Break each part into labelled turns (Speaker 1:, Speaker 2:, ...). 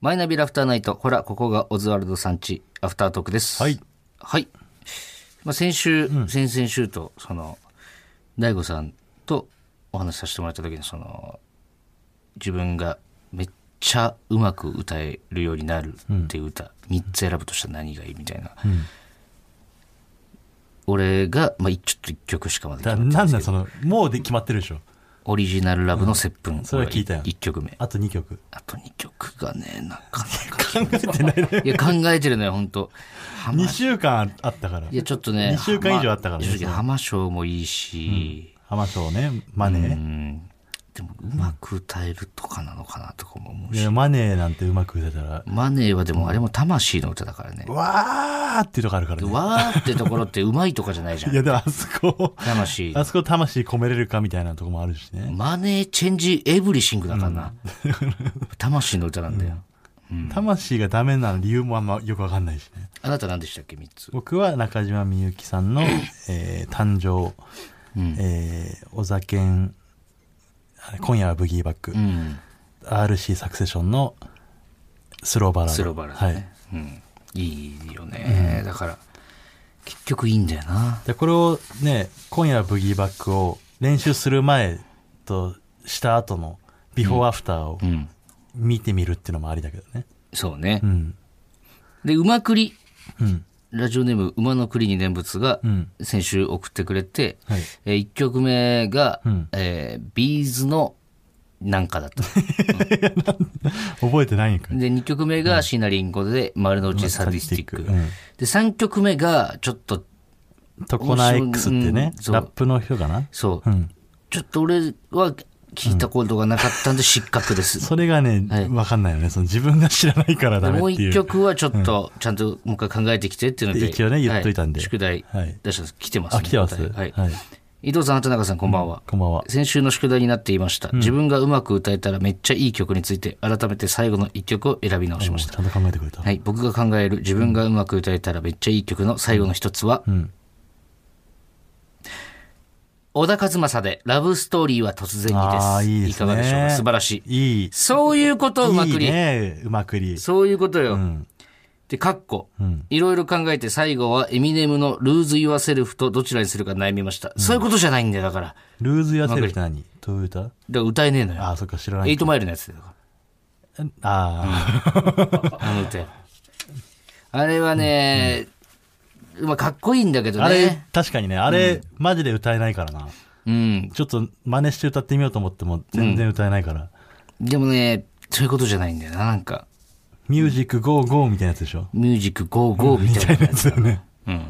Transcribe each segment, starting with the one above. Speaker 1: マイナビラフターナイト。ほら、ここがオズワルドさんち、アフタートークです。
Speaker 2: はい。
Speaker 1: はい。まあ、先週、先々週と、その、大悟さんとお話しさせてもらった時に、その、自分がめっちゃうまく歌えるようになるっていう歌、3つ選ぶとしたら何がいいみたいな。俺が、まあ、ちょっと1曲しかまだ
Speaker 2: だ
Speaker 1: 決
Speaker 2: な
Speaker 1: ま
Speaker 2: ん
Speaker 1: ってない
Speaker 2: なんだそのもうで決まってるでしょ
Speaker 1: オリジナルラブの接吻、
Speaker 2: それは聞いたよ
Speaker 1: 1曲目。
Speaker 2: あと2曲
Speaker 1: あと2曲がね、なんかね、考えてないね。い や、考えてるのよ、ほんと。はま
Speaker 2: 2週間あったから
Speaker 1: いや、ちょっとね。
Speaker 2: 二週間以上あったからね
Speaker 1: ね。正直、浜章もいいし、
Speaker 2: 浜松ねマネ
Speaker 1: う
Speaker 2: ー
Speaker 1: ん。でも、うまく歌えるとかなのかなとかも思う
Speaker 2: い
Speaker 1: し。
Speaker 2: やマネーなんてうまく歌えたら
Speaker 1: マネーはでも、あれも魂の歌だからね。
Speaker 2: わーっていうとこあるからね
Speaker 1: わーってところってうまいとかじゃないじゃ
Speaker 2: いや
Speaker 1: ん。
Speaker 2: でもあそこ
Speaker 1: 魂。
Speaker 2: あそこ魂込めれるかみたいなとこもあるしね
Speaker 1: マネーチェンジエブリシングだからな。魂の歌なんだよ。
Speaker 2: 魂がダメな理由もあんまよくわかんないしね
Speaker 1: あなた何でしたっけ、3つ。
Speaker 2: 僕は中島みゆき さんの「えー誕生」
Speaker 1: うん
Speaker 2: えーお酒んあれ今夜はブギーバック」
Speaker 1: うん。
Speaker 2: RC サクセションのスローバラード
Speaker 1: スローバラ
Speaker 2: は
Speaker 1: ー
Speaker 2: い
Speaker 1: ドね、い、いよね、だから結局いいんだよな
Speaker 2: でこれをね今夜はブギーバックを練習する前とした後のビフォーアフターを
Speaker 1: うん
Speaker 2: 見てみるっていうのもありだけどね
Speaker 1: そうね
Speaker 2: う、ん
Speaker 1: で馬栗
Speaker 2: うん
Speaker 1: ラジオネーム馬の栗に念仏が
Speaker 2: うん
Speaker 1: 先週送ってくれて、
Speaker 2: はい
Speaker 1: え1曲目が、
Speaker 2: うん
Speaker 1: えービーズのなんかだ った。
Speaker 2: 覚えてないんかい
Speaker 1: で、2曲目がシナリンゴで丸の内サディスティック。
Speaker 2: うん
Speaker 1: で、3曲目がちょっと、
Speaker 2: トコナ X ってね
Speaker 1: うんそう
Speaker 2: ラップの人かな
Speaker 1: そうう、
Speaker 2: ん
Speaker 1: ちょっと俺は聞いたことがなかったんで失格 です。
Speaker 2: それがね、
Speaker 1: はい
Speaker 2: わかんないよねその自分が知らないからダメ
Speaker 1: もう
Speaker 2: ってい
Speaker 1: 一
Speaker 2: う
Speaker 1: 曲はちょっと、ちゃんともう一回考えてきてっていうので。
Speaker 2: 一応ね言っといたんで
Speaker 1: は宿題
Speaker 2: はい
Speaker 1: 出したんです。来てますね。
Speaker 2: あ来てます
Speaker 1: 答えはい。
Speaker 2: はい
Speaker 1: 伊藤さん、畑中さん、こんばんは。
Speaker 2: こんばんは
Speaker 1: 先週の宿題になっていました。自分がうまく歌えたらめっちゃいい曲について、改めて最後の一曲を選び直しまし
Speaker 2: ち
Speaker 1: た。
Speaker 2: ゃんと考えてくれた
Speaker 1: はい。僕が考える自分がうまく歌えたらめっちゃいい曲の最後の一つは、
Speaker 2: うん
Speaker 1: 小田和正でラブストーリーは突然にです。
Speaker 2: あーいいですね
Speaker 1: かがでしょうか素晴らしい。
Speaker 2: いい
Speaker 1: そういうことをうまくり。
Speaker 2: いいねうまくり
Speaker 1: そういうことよ。
Speaker 2: うん
Speaker 1: で、かっこ。
Speaker 2: うん
Speaker 1: いろいろ考えて最後はエミネムのルーズ・ユア・セルフとどちらにするか悩みました。そういうことじゃないんだよ、だから。だか
Speaker 2: ルーズ・やセルって何どういう歌
Speaker 1: ら歌えねえの
Speaker 2: あ
Speaker 1: よ。
Speaker 2: あ、そっか、知らな
Speaker 1: エ
Speaker 2: い
Speaker 1: イ。トマイルのやつだよ
Speaker 2: あ
Speaker 1: あの歌。あれはね、まあかっこいいんだけ
Speaker 2: あ、
Speaker 1: ど
Speaker 2: あれ
Speaker 1: ね。、
Speaker 2: 確かにね、あれ、マジで歌えないからな。
Speaker 1: うん。
Speaker 2: ちょっと真似して歌ってみようと思っても、全然歌えないから。
Speaker 1: でもね、そういうことじゃないんだよな。なんか、
Speaker 2: ミュージックゴーゴーみたいなやつでしょ
Speaker 1: ミュージックゴーゴーみたいなやつ。
Speaker 2: だよね。
Speaker 1: うん。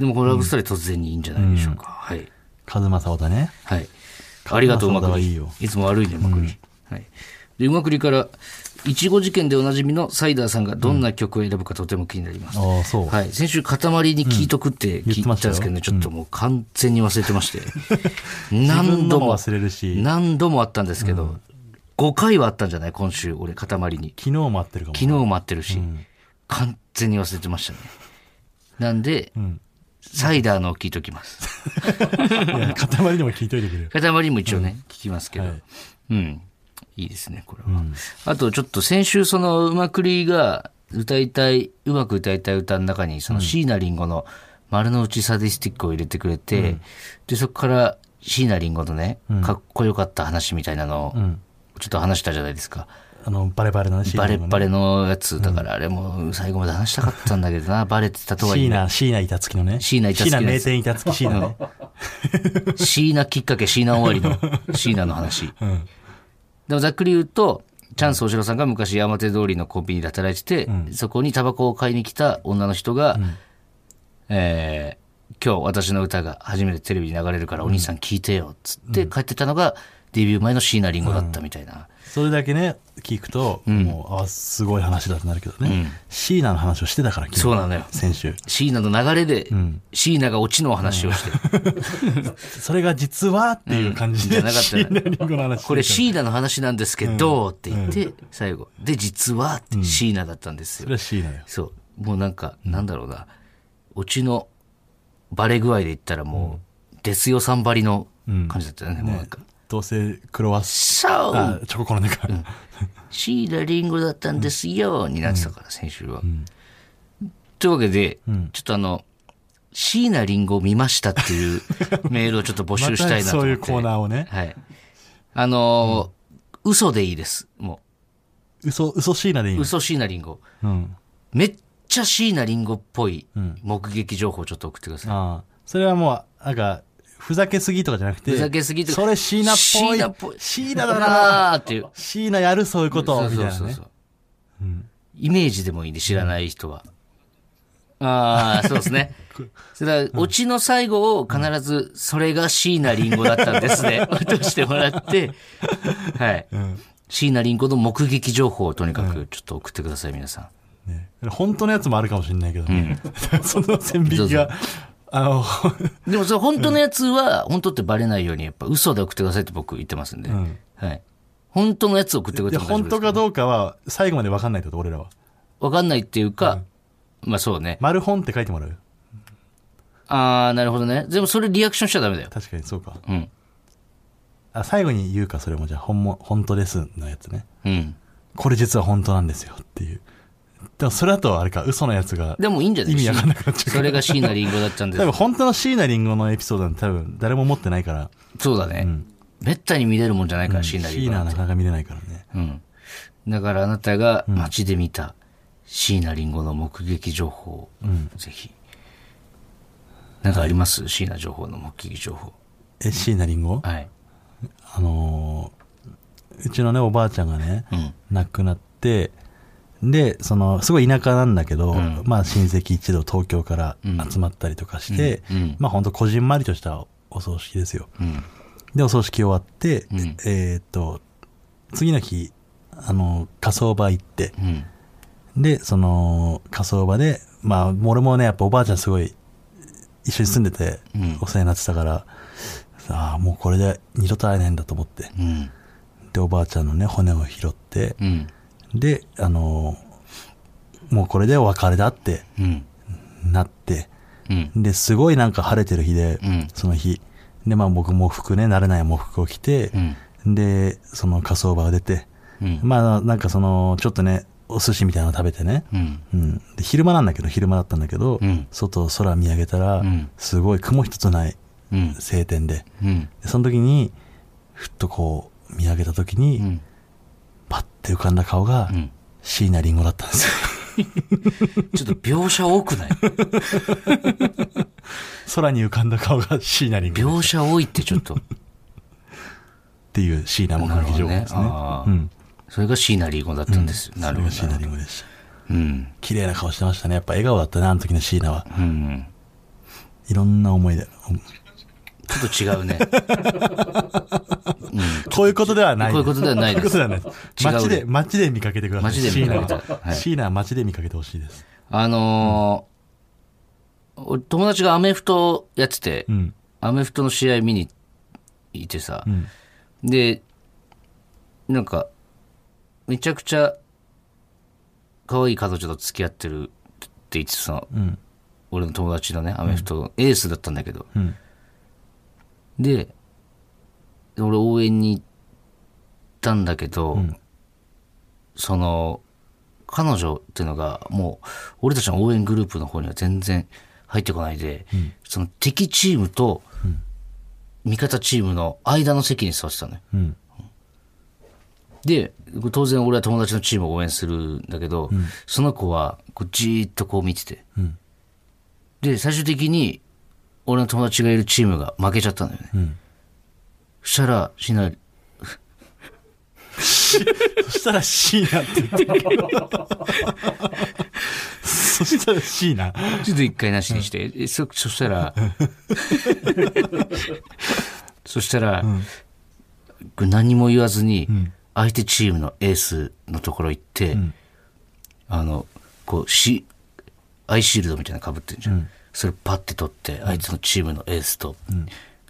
Speaker 1: でもこのラブストーリー突然にいいんじゃないでしょうか。はい。
Speaker 2: カズマサオだね。
Speaker 1: はい。ありがとう、うま
Speaker 2: まあそ
Speaker 1: く
Speaker 2: うだわ
Speaker 1: り。
Speaker 2: いいよ
Speaker 1: つも悪いね、うまくり。はい。で、うまくりから、いちご事件でおなじみのサイダーさんがどんな曲を選ぶかとても気になります。
Speaker 2: ああ、そう。
Speaker 1: はい。先週、塊に聞いとくって
Speaker 2: 言
Speaker 1: 聞
Speaker 2: っ
Speaker 1: い
Speaker 2: て
Speaker 1: たん
Speaker 2: まし
Speaker 1: で
Speaker 2: たよ
Speaker 1: すけどね、ちょっともう完全に忘れてま して。
Speaker 2: 自分
Speaker 1: 何
Speaker 2: の
Speaker 1: 度
Speaker 2: も
Speaker 1: も、
Speaker 2: 忘れるし、昨
Speaker 1: 何度もあったんですけど、5回はあったんじゃない今週、俺、塊に。
Speaker 2: 日も合ってるかも。
Speaker 1: 昨日もあってるし、
Speaker 2: ん
Speaker 1: 完全に忘れてましたね。なんで、
Speaker 2: ん
Speaker 1: サイダーのを聞いときます。
Speaker 2: いや塊にも聞いといてくれよ。
Speaker 1: 塊も一応ね、聞きますけど、
Speaker 2: はい
Speaker 1: うん。いいですね、これは。あと、ちょっと先週、その、うまくりが、歌いたい、うまく歌いたい歌の中に、その、椎名林檎の、丸の内サディスティックを入れてくれて、で、そこから、椎名林檎のね、かっこよかった話みたいなのを、
Speaker 2: ん
Speaker 1: ちょっと話したじゃないですか。
Speaker 2: あの、バレバレのね、シー
Speaker 1: バ
Speaker 2: ナ
Speaker 1: レ
Speaker 2: の
Speaker 1: ッ
Speaker 2: ね。
Speaker 1: バレのやつ、だから、あれも、最後まで話したかったんだけどな、バレてたとは
Speaker 2: シー
Speaker 1: 言
Speaker 2: ナ、シーナ板付きのね。
Speaker 1: 椎名板付きの
Speaker 2: 椎名
Speaker 1: や
Speaker 2: 名
Speaker 1: つ
Speaker 2: 店板付き、シーナね。
Speaker 1: 椎名きっかけ、椎名終 わりの、椎名の話。でもざっくり言うと、チャンス大城さんが昔山手通りのコンビニで働いてて、そこにタバコを買いに来た女の人が、えー今日私の歌が初めてテレビに流れるからお兄さん聞いてよ、っつって帰ってたのが、デビュー前の椎名林檎だったみたいな。
Speaker 2: それだけね、聞くと、もう、あ、すごい話だってなるけどね。シーナの話をしてたから、昨日
Speaker 1: そうなのよ。
Speaker 2: 先週。
Speaker 1: 椎名の流れで、椎名がオチのお話をして、
Speaker 2: それが実はっていう感じで、
Speaker 1: うんじゃなかった
Speaker 2: 椎名林檎の話
Speaker 1: これ椎名の話なんですけど、って言って、最後。で、実は、って椎名だったんですよ
Speaker 2: それ。は椎名だよ
Speaker 1: そう。もうなんか、なんだろうな。オチのバレ具合で言ったらもう、デスヨさんばりの感じだったよね。もうなんか。
Speaker 2: どうせクロワッサ
Speaker 1: そう
Speaker 2: あチョココロネか、
Speaker 1: シーラリンゴだったんですよ、になってたから、先週は。というわけで、ちょっとあの、シーナリンゴ見ましたって いうメールをちょっと募集したいなと
Speaker 2: そう
Speaker 1: 思
Speaker 2: い
Speaker 1: っ
Speaker 2: う
Speaker 1: て。
Speaker 2: コーナーをね
Speaker 1: はい。あのー嘘でいいです。も、
Speaker 2: 嘘嘘シーナでいいうの
Speaker 1: 嘘シーナリンゴ。
Speaker 2: うん
Speaker 1: めっちゃシーナリンゴっぽい
Speaker 2: ん
Speaker 1: 目撃情報をちょっと送ってください。
Speaker 2: ああそれはもうなんかふざけすぎとかじゃなくて
Speaker 1: ふざけすぎとか
Speaker 2: それシーナっぽい
Speaker 1: シーナっぽい
Speaker 2: シーナ
Speaker 1: だ
Speaker 2: だ
Speaker 1: から
Speaker 2: な
Speaker 1: ーっていう。
Speaker 2: シーナやるそういうことみたいなね
Speaker 1: う。イメージでもいいんで、知らない人は。ああ、そうですね。それから、オチの最後を必ず、それが椎名林檎だったんですね。落としてもらって、はい。椎名林檎の目撃情報をとにかくちょっと送ってください、皆さん。
Speaker 2: ね本当のやつもあるかもしれないけどね、 その線引きがあの
Speaker 1: でもそれ本当のやつは、本当ってバレないように、やっぱ嘘で送ってくださいって僕言ってますんで。
Speaker 2: ん
Speaker 1: はい。本当のやつ送ってくれ
Speaker 2: い
Speaker 1: て
Speaker 2: や
Speaker 1: も大丈夫
Speaker 2: 本
Speaker 1: です
Speaker 2: 当かどうかは最後まで分かんないってこと俺らは
Speaker 1: わかんないっていうか、まあそうね。
Speaker 2: 丸本って書いてもらう
Speaker 1: ああ、なるほどね。でもそれリアクションしちゃダメだよ。
Speaker 2: 確かにそうか
Speaker 1: うん。
Speaker 2: あ最後に言うかそれもじゃあ本も本当ですのやつね
Speaker 1: うん。
Speaker 2: これ実は本当なんですよっていうでもそれだとあれか嘘のやつが
Speaker 1: でもいいんじゃない
Speaker 2: 意味わかんなくなっちゃう
Speaker 1: それが椎名林檎だったんで
Speaker 2: 多
Speaker 1: す
Speaker 2: 分。本当の椎名林檎のエピソードなんて多分誰も持ってないから
Speaker 1: そうだね、めったに見れるもんじゃないから、椎名林
Speaker 2: 椎名
Speaker 1: 檎
Speaker 2: は
Speaker 1: なん
Speaker 2: な
Speaker 1: て。
Speaker 2: かなか見れないからね
Speaker 1: うん。だからあなたが街で見た椎名林檎の目撃情報を、ぜひ。なんかあります椎名情報の目撃情報。
Speaker 2: え椎名林檎
Speaker 1: はい。
Speaker 2: あのーうちのねおばあちゃんがね、
Speaker 1: うん。
Speaker 2: 亡くなってでそのすごい田舎なんだけど、
Speaker 1: ん
Speaker 2: まあ親戚一同東京から集まったりとかして、
Speaker 1: うんうん
Speaker 2: まあ本当こじんまりとしたおお葬式ですよ
Speaker 1: うん。
Speaker 2: でお葬式終わって、
Speaker 1: うん
Speaker 2: えーっと次の日あの火葬場行って
Speaker 1: うん。
Speaker 2: でその火葬場でまあ俺もねやっぱおばあちゃんすごい一緒に住んでて
Speaker 1: うん
Speaker 2: お世話になってたから、ああもうこれで二度と会えないんだと思って
Speaker 1: うん。
Speaker 2: でおばあちゃんのね骨を拾って、
Speaker 1: うん。
Speaker 2: で、あのーもうこれでお別れだって
Speaker 1: うん。
Speaker 2: なって、
Speaker 1: うん。
Speaker 2: で、すごいなんか晴れてる日で、
Speaker 1: うん
Speaker 2: その日。で、まあ僕も服ね、慣れない喪服を着て
Speaker 1: う、ん。
Speaker 2: で、その火葬場を出て、
Speaker 1: うん。
Speaker 2: まあなんかその、ちょっとね、お寿司みたいなの食べてね、
Speaker 1: うん。
Speaker 2: うん。で、昼間なんだけど、昼間だったんだけど、
Speaker 1: うん
Speaker 2: 外空見上げたら、
Speaker 1: うん
Speaker 2: すごい雲一つない
Speaker 1: うん。
Speaker 2: 晴天で、
Speaker 1: うん。
Speaker 2: でその時に、ふっとこう、見上げた時に、
Speaker 1: うん。
Speaker 2: パッて浮かんだ顔が、
Speaker 1: うん
Speaker 2: 椎名林檎だったんですよ。
Speaker 1: ちょっと描写多くない
Speaker 2: 空に浮かんだ顔が椎名林檎
Speaker 1: 描写多いってちょっと。
Speaker 2: っていう椎名目撃情報ですね。
Speaker 1: なるほどねあ
Speaker 2: う
Speaker 1: ー
Speaker 2: ん。
Speaker 1: それが椎名林檎だったんです。な
Speaker 2: そ
Speaker 1: る
Speaker 2: れ
Speaker 1: ほ
Speaker 2: が
Speaker 1: ど。
Speaker 2: 椎名林檎でした。
Speaker 1: うん。
Speaker 2: 綺麗な顔してましたね。やっぱ笑顔だったね、あの時の椎名は。
Speaker 1: うん。
Speaker 2: いろんな思い出。うん
Speaker 1: ちょっと違う ね。
Speaker 2: こういうことではない。
Speaker 1: こういうことではない
Speaker 2: こ
Speaker 1: で
Speaker 2: う
Speaker 1: す
Speaker 2: いうことではないです。街
Speaker 1: 違う
Speaker 2: で、
Speaker 1: ね
Speaker 2: 街で見かけてください。
Speaker 1: 街で見かけて
Speaker 2: 椎名は
Speaker 1: はい
Speaker 2: 椎名は街で見かけてほしいです。
Speaker 1: あのー俺友達がアメフトやってて、
Speaker 2: うん。
Speaker 1: アメフトの試合見に行ってさ、
Speaker 2: ん
Speaker 1: で、なんか、めちゃくちゃ、可愛い彼女と付き合ってるって言ってたの、
Speaker 2: ん
Speaker 1: 俺の友達のね、アメフト、エースだったんだけど、
Speaker 2: うん。
Speaker 1: で、俺応援に行ったんだけど、その、彼女っていうのが、もう、俺たちの応援グループの方には全然入ってこないで、その敵チームと、味方チームの間の席に座ってたのよ。
Speaker 2: うん。
Speaker 1: で、当然俺は友達のチームを応援するんだけど、その子は、こうじーっとこう見てて、
Speaker 2: ん
Speaker 1: で、最終的に、俺の友達がいるチームが負けちゃったんだよね。
Speaker 2: ん
Speaker 1: そしたら、しない、
Speaker 2: そしたら椎名って言ってたそしたら椎名。
Speaker 1: ちょっと一回なしにして。えそ、そした ら、そしたら、これ何も言わずに、相手チームのエースのところ行って、あの、こう、し、アイシールドみたいなの被ってるじゃん。それパッて取って、相手のチームのエースと、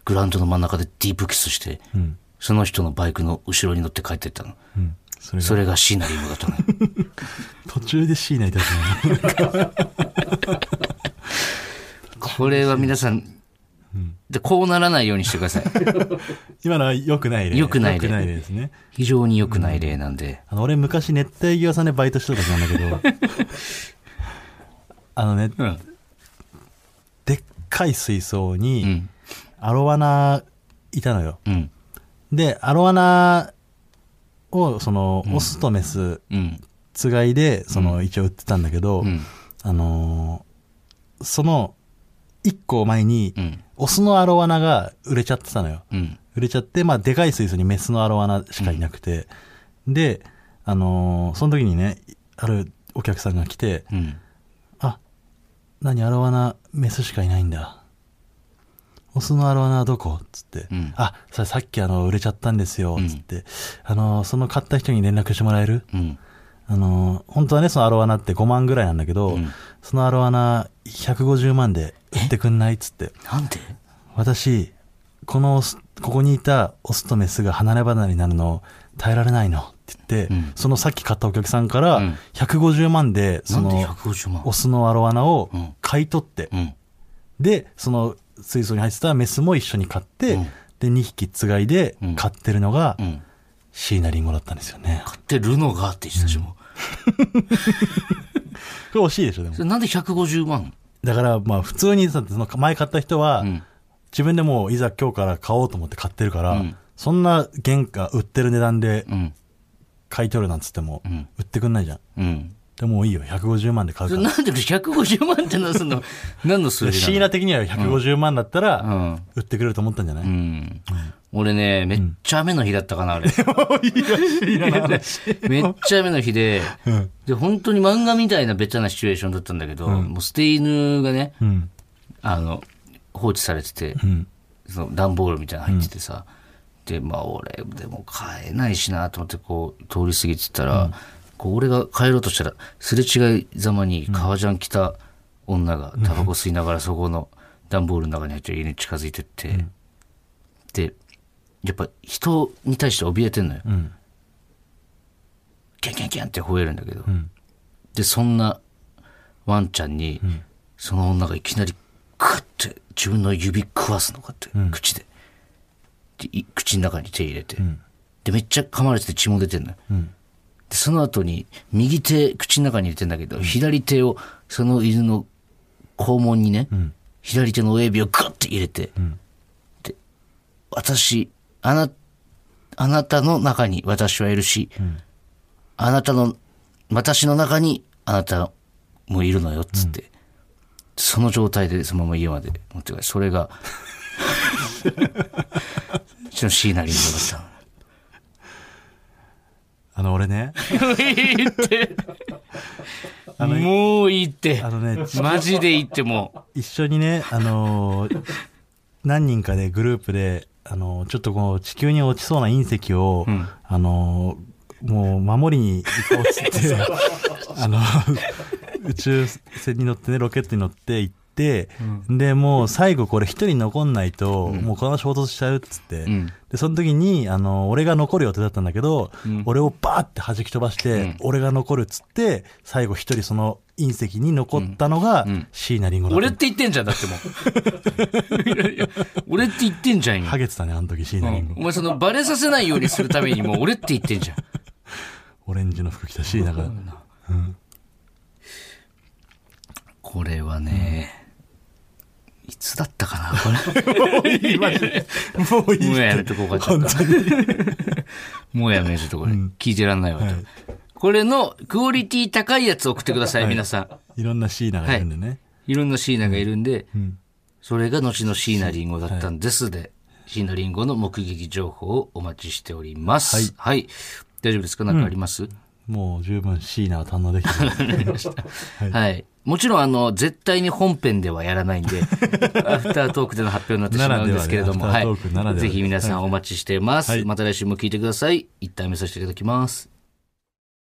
Speaker 1: グラウンドの真ん中でディープキスして、その人のバイクの後ろに乗って帰ってったの。
Speaker 2: うん。それが
Speaker 1: それがシーナリングだ ったのよ。
Speaker 2: 途中で椎名いたしな。
Speaker 1: これは皆さん、でこうならないようにしてください。
Speaker 2: 今のは良くない例。
Speaker 1: 良くない例
Speaker 2: 良くない例ですね。
Speaker 1: 非常に良くない例なんで。
Speaker 2: あの、俺昔熱帯魚屋さんでバイトしてた時なんだけど、 あのね、
Speaker 1: ん
Speaker 2: でっかい水槽
Speaker 1: う
Speaker 2: に
Speaker 1: ん。
Speaker 2: アロワナいたのよ。
Speaker 1: うん。
Speaker 2: で、アロワナを、その、オスとメス、
Speaker 1: うん。
Speaker 2: つがいで、その、一応売ってたんだけど、
Speaker 1: うん。
Speaker 2: あのーその、一個前に
Speaker 1: う、ん。
Speaker 2: オスのアロワナが売れちゃってたのよ。
Speaker 1: うん。
Speaker 2: 売れちゃって、まあ、でかい水槽にメスのアロワナしかいなくて、で、あのーその時にね、あるお客さんが来て、
Speaker 1: うん。
Speaker 2: あ、何、アロワナ、メスしかいないんだ。オスのアロワナはどこつって、
Speaker 1: うん
Speaker 2: あ、それさっきあの、売れちゃったんですよ、
Speaker 1: うん
Speaker 2: つって、あのーその買った人に連絡してもらえる
Speaker 1: うん。
Speaker 2: あのー本当はね、そのアロワナって5万ぐらいなんだけど、
Speaker 1: うん
Speaker 2: そのアロワナ、150万で売ってくんないつって、
Speaker 1: なんで
Speaker 2: 私、このオス、ここにいたオスとメスが離れ離れになるのを耐えられないのって言って、
Speaker 1: うん
Speaker 2: そのさっき買ったお客さんか
Speaker 1: う
Speaker 2: ら
Speaker 1: ん、
Speaker 2: 150万で、
Speaker 1: な
Speaker 2: そ
Speaker 1: んで
Speaker 2: の、
Speaker 1: 150万
Speaker 2: オスのアロワナを
Speaker 1: うん
Speaker 2: 買い取って、
Speaker 1: うん。
Speaker 2: で、その水槽に入ってたメスも一緒に買って、
Speaker 1: うん
Speaker 2: で、2匹つがいで
Speaker 1: うん
Speaker 2: 買ってるのが
Speaker 1: う、ん。
Speaker 2: 椎名林檎だったんですよね。
Speaker 1: 買ってるのがって言ってたしも。
Speaker 2: これ惜しいでしょ、でも
Speaker 1: そ。れなんで150万
Speaker 2: だから、まあ、普通にさ、その前買った人は、
Speaker 1: うん。
Speaker 2: 自分でもういざ今日から買おうと思って買ってるから、
Speaker 1: うん
Speaker 2: そんな原価、売ってる値段で
Speaker 1: うん。
Speaker 2: 買い取るなんつっても、
Speaker 1: うん
Speaker 2: 売ってくんないじゃん。
Speaker 1: うん。
Speaker 2: でもういいよ、150万で買う
Speaker 1: そ
Speaker 2: か
Speaker 1: れ
Speaker 2: ら。
Speaker 1: なんで150万ってのはその、何の数
Speaker 2: シー
Speaker 1: 字な
Speaker 2: ナ的には150万だったら、
Speaker 1: の
Speaker 2: 売ってくれると思ったんじゃない、
Speaker 1: うん。うん。俺ね、めっちゃ雨の日だったかな、あれ。 めっちゃ雨の日で、
Speaker 2: うん。
Speaker 1: で、本当に漫画みたいなベタなシチュエーションだったんだけど、もう捨て犬がね、
Speaker 2: うん。
Speaker 1: あの、放置されてて、
Speaker 2: うん。
Speaker 1: その段ボールみたいなの入っててさ、で、まあ俺、でも買えないしなと思ってこう、通り過ぎてたら、こう俺が帰ろうとしたら、すれ違いざまに革ジャン着た女がタバコ吸いながらそこの段ボールの中に入って家に近づいてって、で、やっぱ人に対して怯えてんのよ。
Speaker 2: うん。
Speaker 1: キャンキャンキャンって吠えるんだけど、
Speaker 2: ん
Speaker 1: でそんなワンちゃんに、その女がいきなりクッて自分の指食わすのかって、口ででい口の中に手入れて、でめっちゃ噛まれてて血も出てんのよ、でその後に右手口の中に入れてんだけど、左手をその犬の肛門にね、左手の親指をグッて入れて、で私あなあなたの中に私はいるし、あなたの、私の中にあなたもいるのよ、っつって、その状態でそのまま家まで持って帰る。それ が、ちの椎名林檎だっ
Speaker 2: あの、俺ね、
Speaker 1: たの。いいって。もういいって
Speaker 2: あ。のね、
Speaker 1: マジでいいっても
Speaker 2: 一緒に ね、あのー何人かでグループで、あのーちょっとこう、地球に落ちそうな隕石を、
Speaker 1: ん
Speaker 2: あのーもう守りに行こうっつ って、あの、宇宙船に乗ってね、ロケットに乗って行って、で、もう最後これ一人残んないと、もうこの衝突しちゃうっつって、
Speaker 1: う。うん。
Speaker 2: で、その時に、あの、俺が残る予定だったんだけど、
Speaker 1: うん
Speaker 2: 俺をバーって弾き飛ばして、
Speaker 1: うん
Speaker 2: 俺が残るっつって、最後一人その隕石に残ったのが、
Speaker 1: うんうん
Speaker 2: 椎名林檎だった。
Speaker 1: 俺って言ってんじゃん、だってもう。いやいや俺って言ってんじゃん、今
Speaker 2: ハ。ゲてたね、あの時、椎
Speaker 1: う
Speaker 2: 名林
Speaker 1: ん
Speaker 2: 檎。
Speaker 1: お前そのバレさせないようにするためにもう俺って言ってんじゃん。
Speaker 2: オレンジの服着た椎名が。
Speaker 1: これはね、いつだったかな、これ。
Speaker 2: もうい
Speaker 1: もうや
Speaker 2: い
Speaker 1: め
Speaker 2: っ
Speaker 1: と
Speaker 2: て。
Speaker 1: こうかちょっと。もうやめるとこれ、聞いてらんないわと。これのクオリティ高いやつ送ってください、皆さ
Speaker 2: いろんな椎名がいるんでね。
Speaker 1: ん。いろんな椎名がいるんで、
Speaker 2: ん
Speaker 1: それが後の椎名林檎だったんですで、椎名林檎の目撃情報をお待ちしております。はい。大丈夫ですか何かあります、
Speaker 2: もう十分椎名は堪能できてる。
Speaker 1: はい、もちろん、あの、絶対に本編ではやらない んで、アフタートークでの発表になってしまうんですけれども、
Speaker 2: ならではねアフタートークなら
Speaker 1: は
Speaker 2: ではで
Speaker 1: い。
Speaker 2: す
Speaker 1: ぜひ皆さんお待ちしてます、
Speaker 2: はい
Speaker 1: また来週も聞いてください。一旦見させていただきます。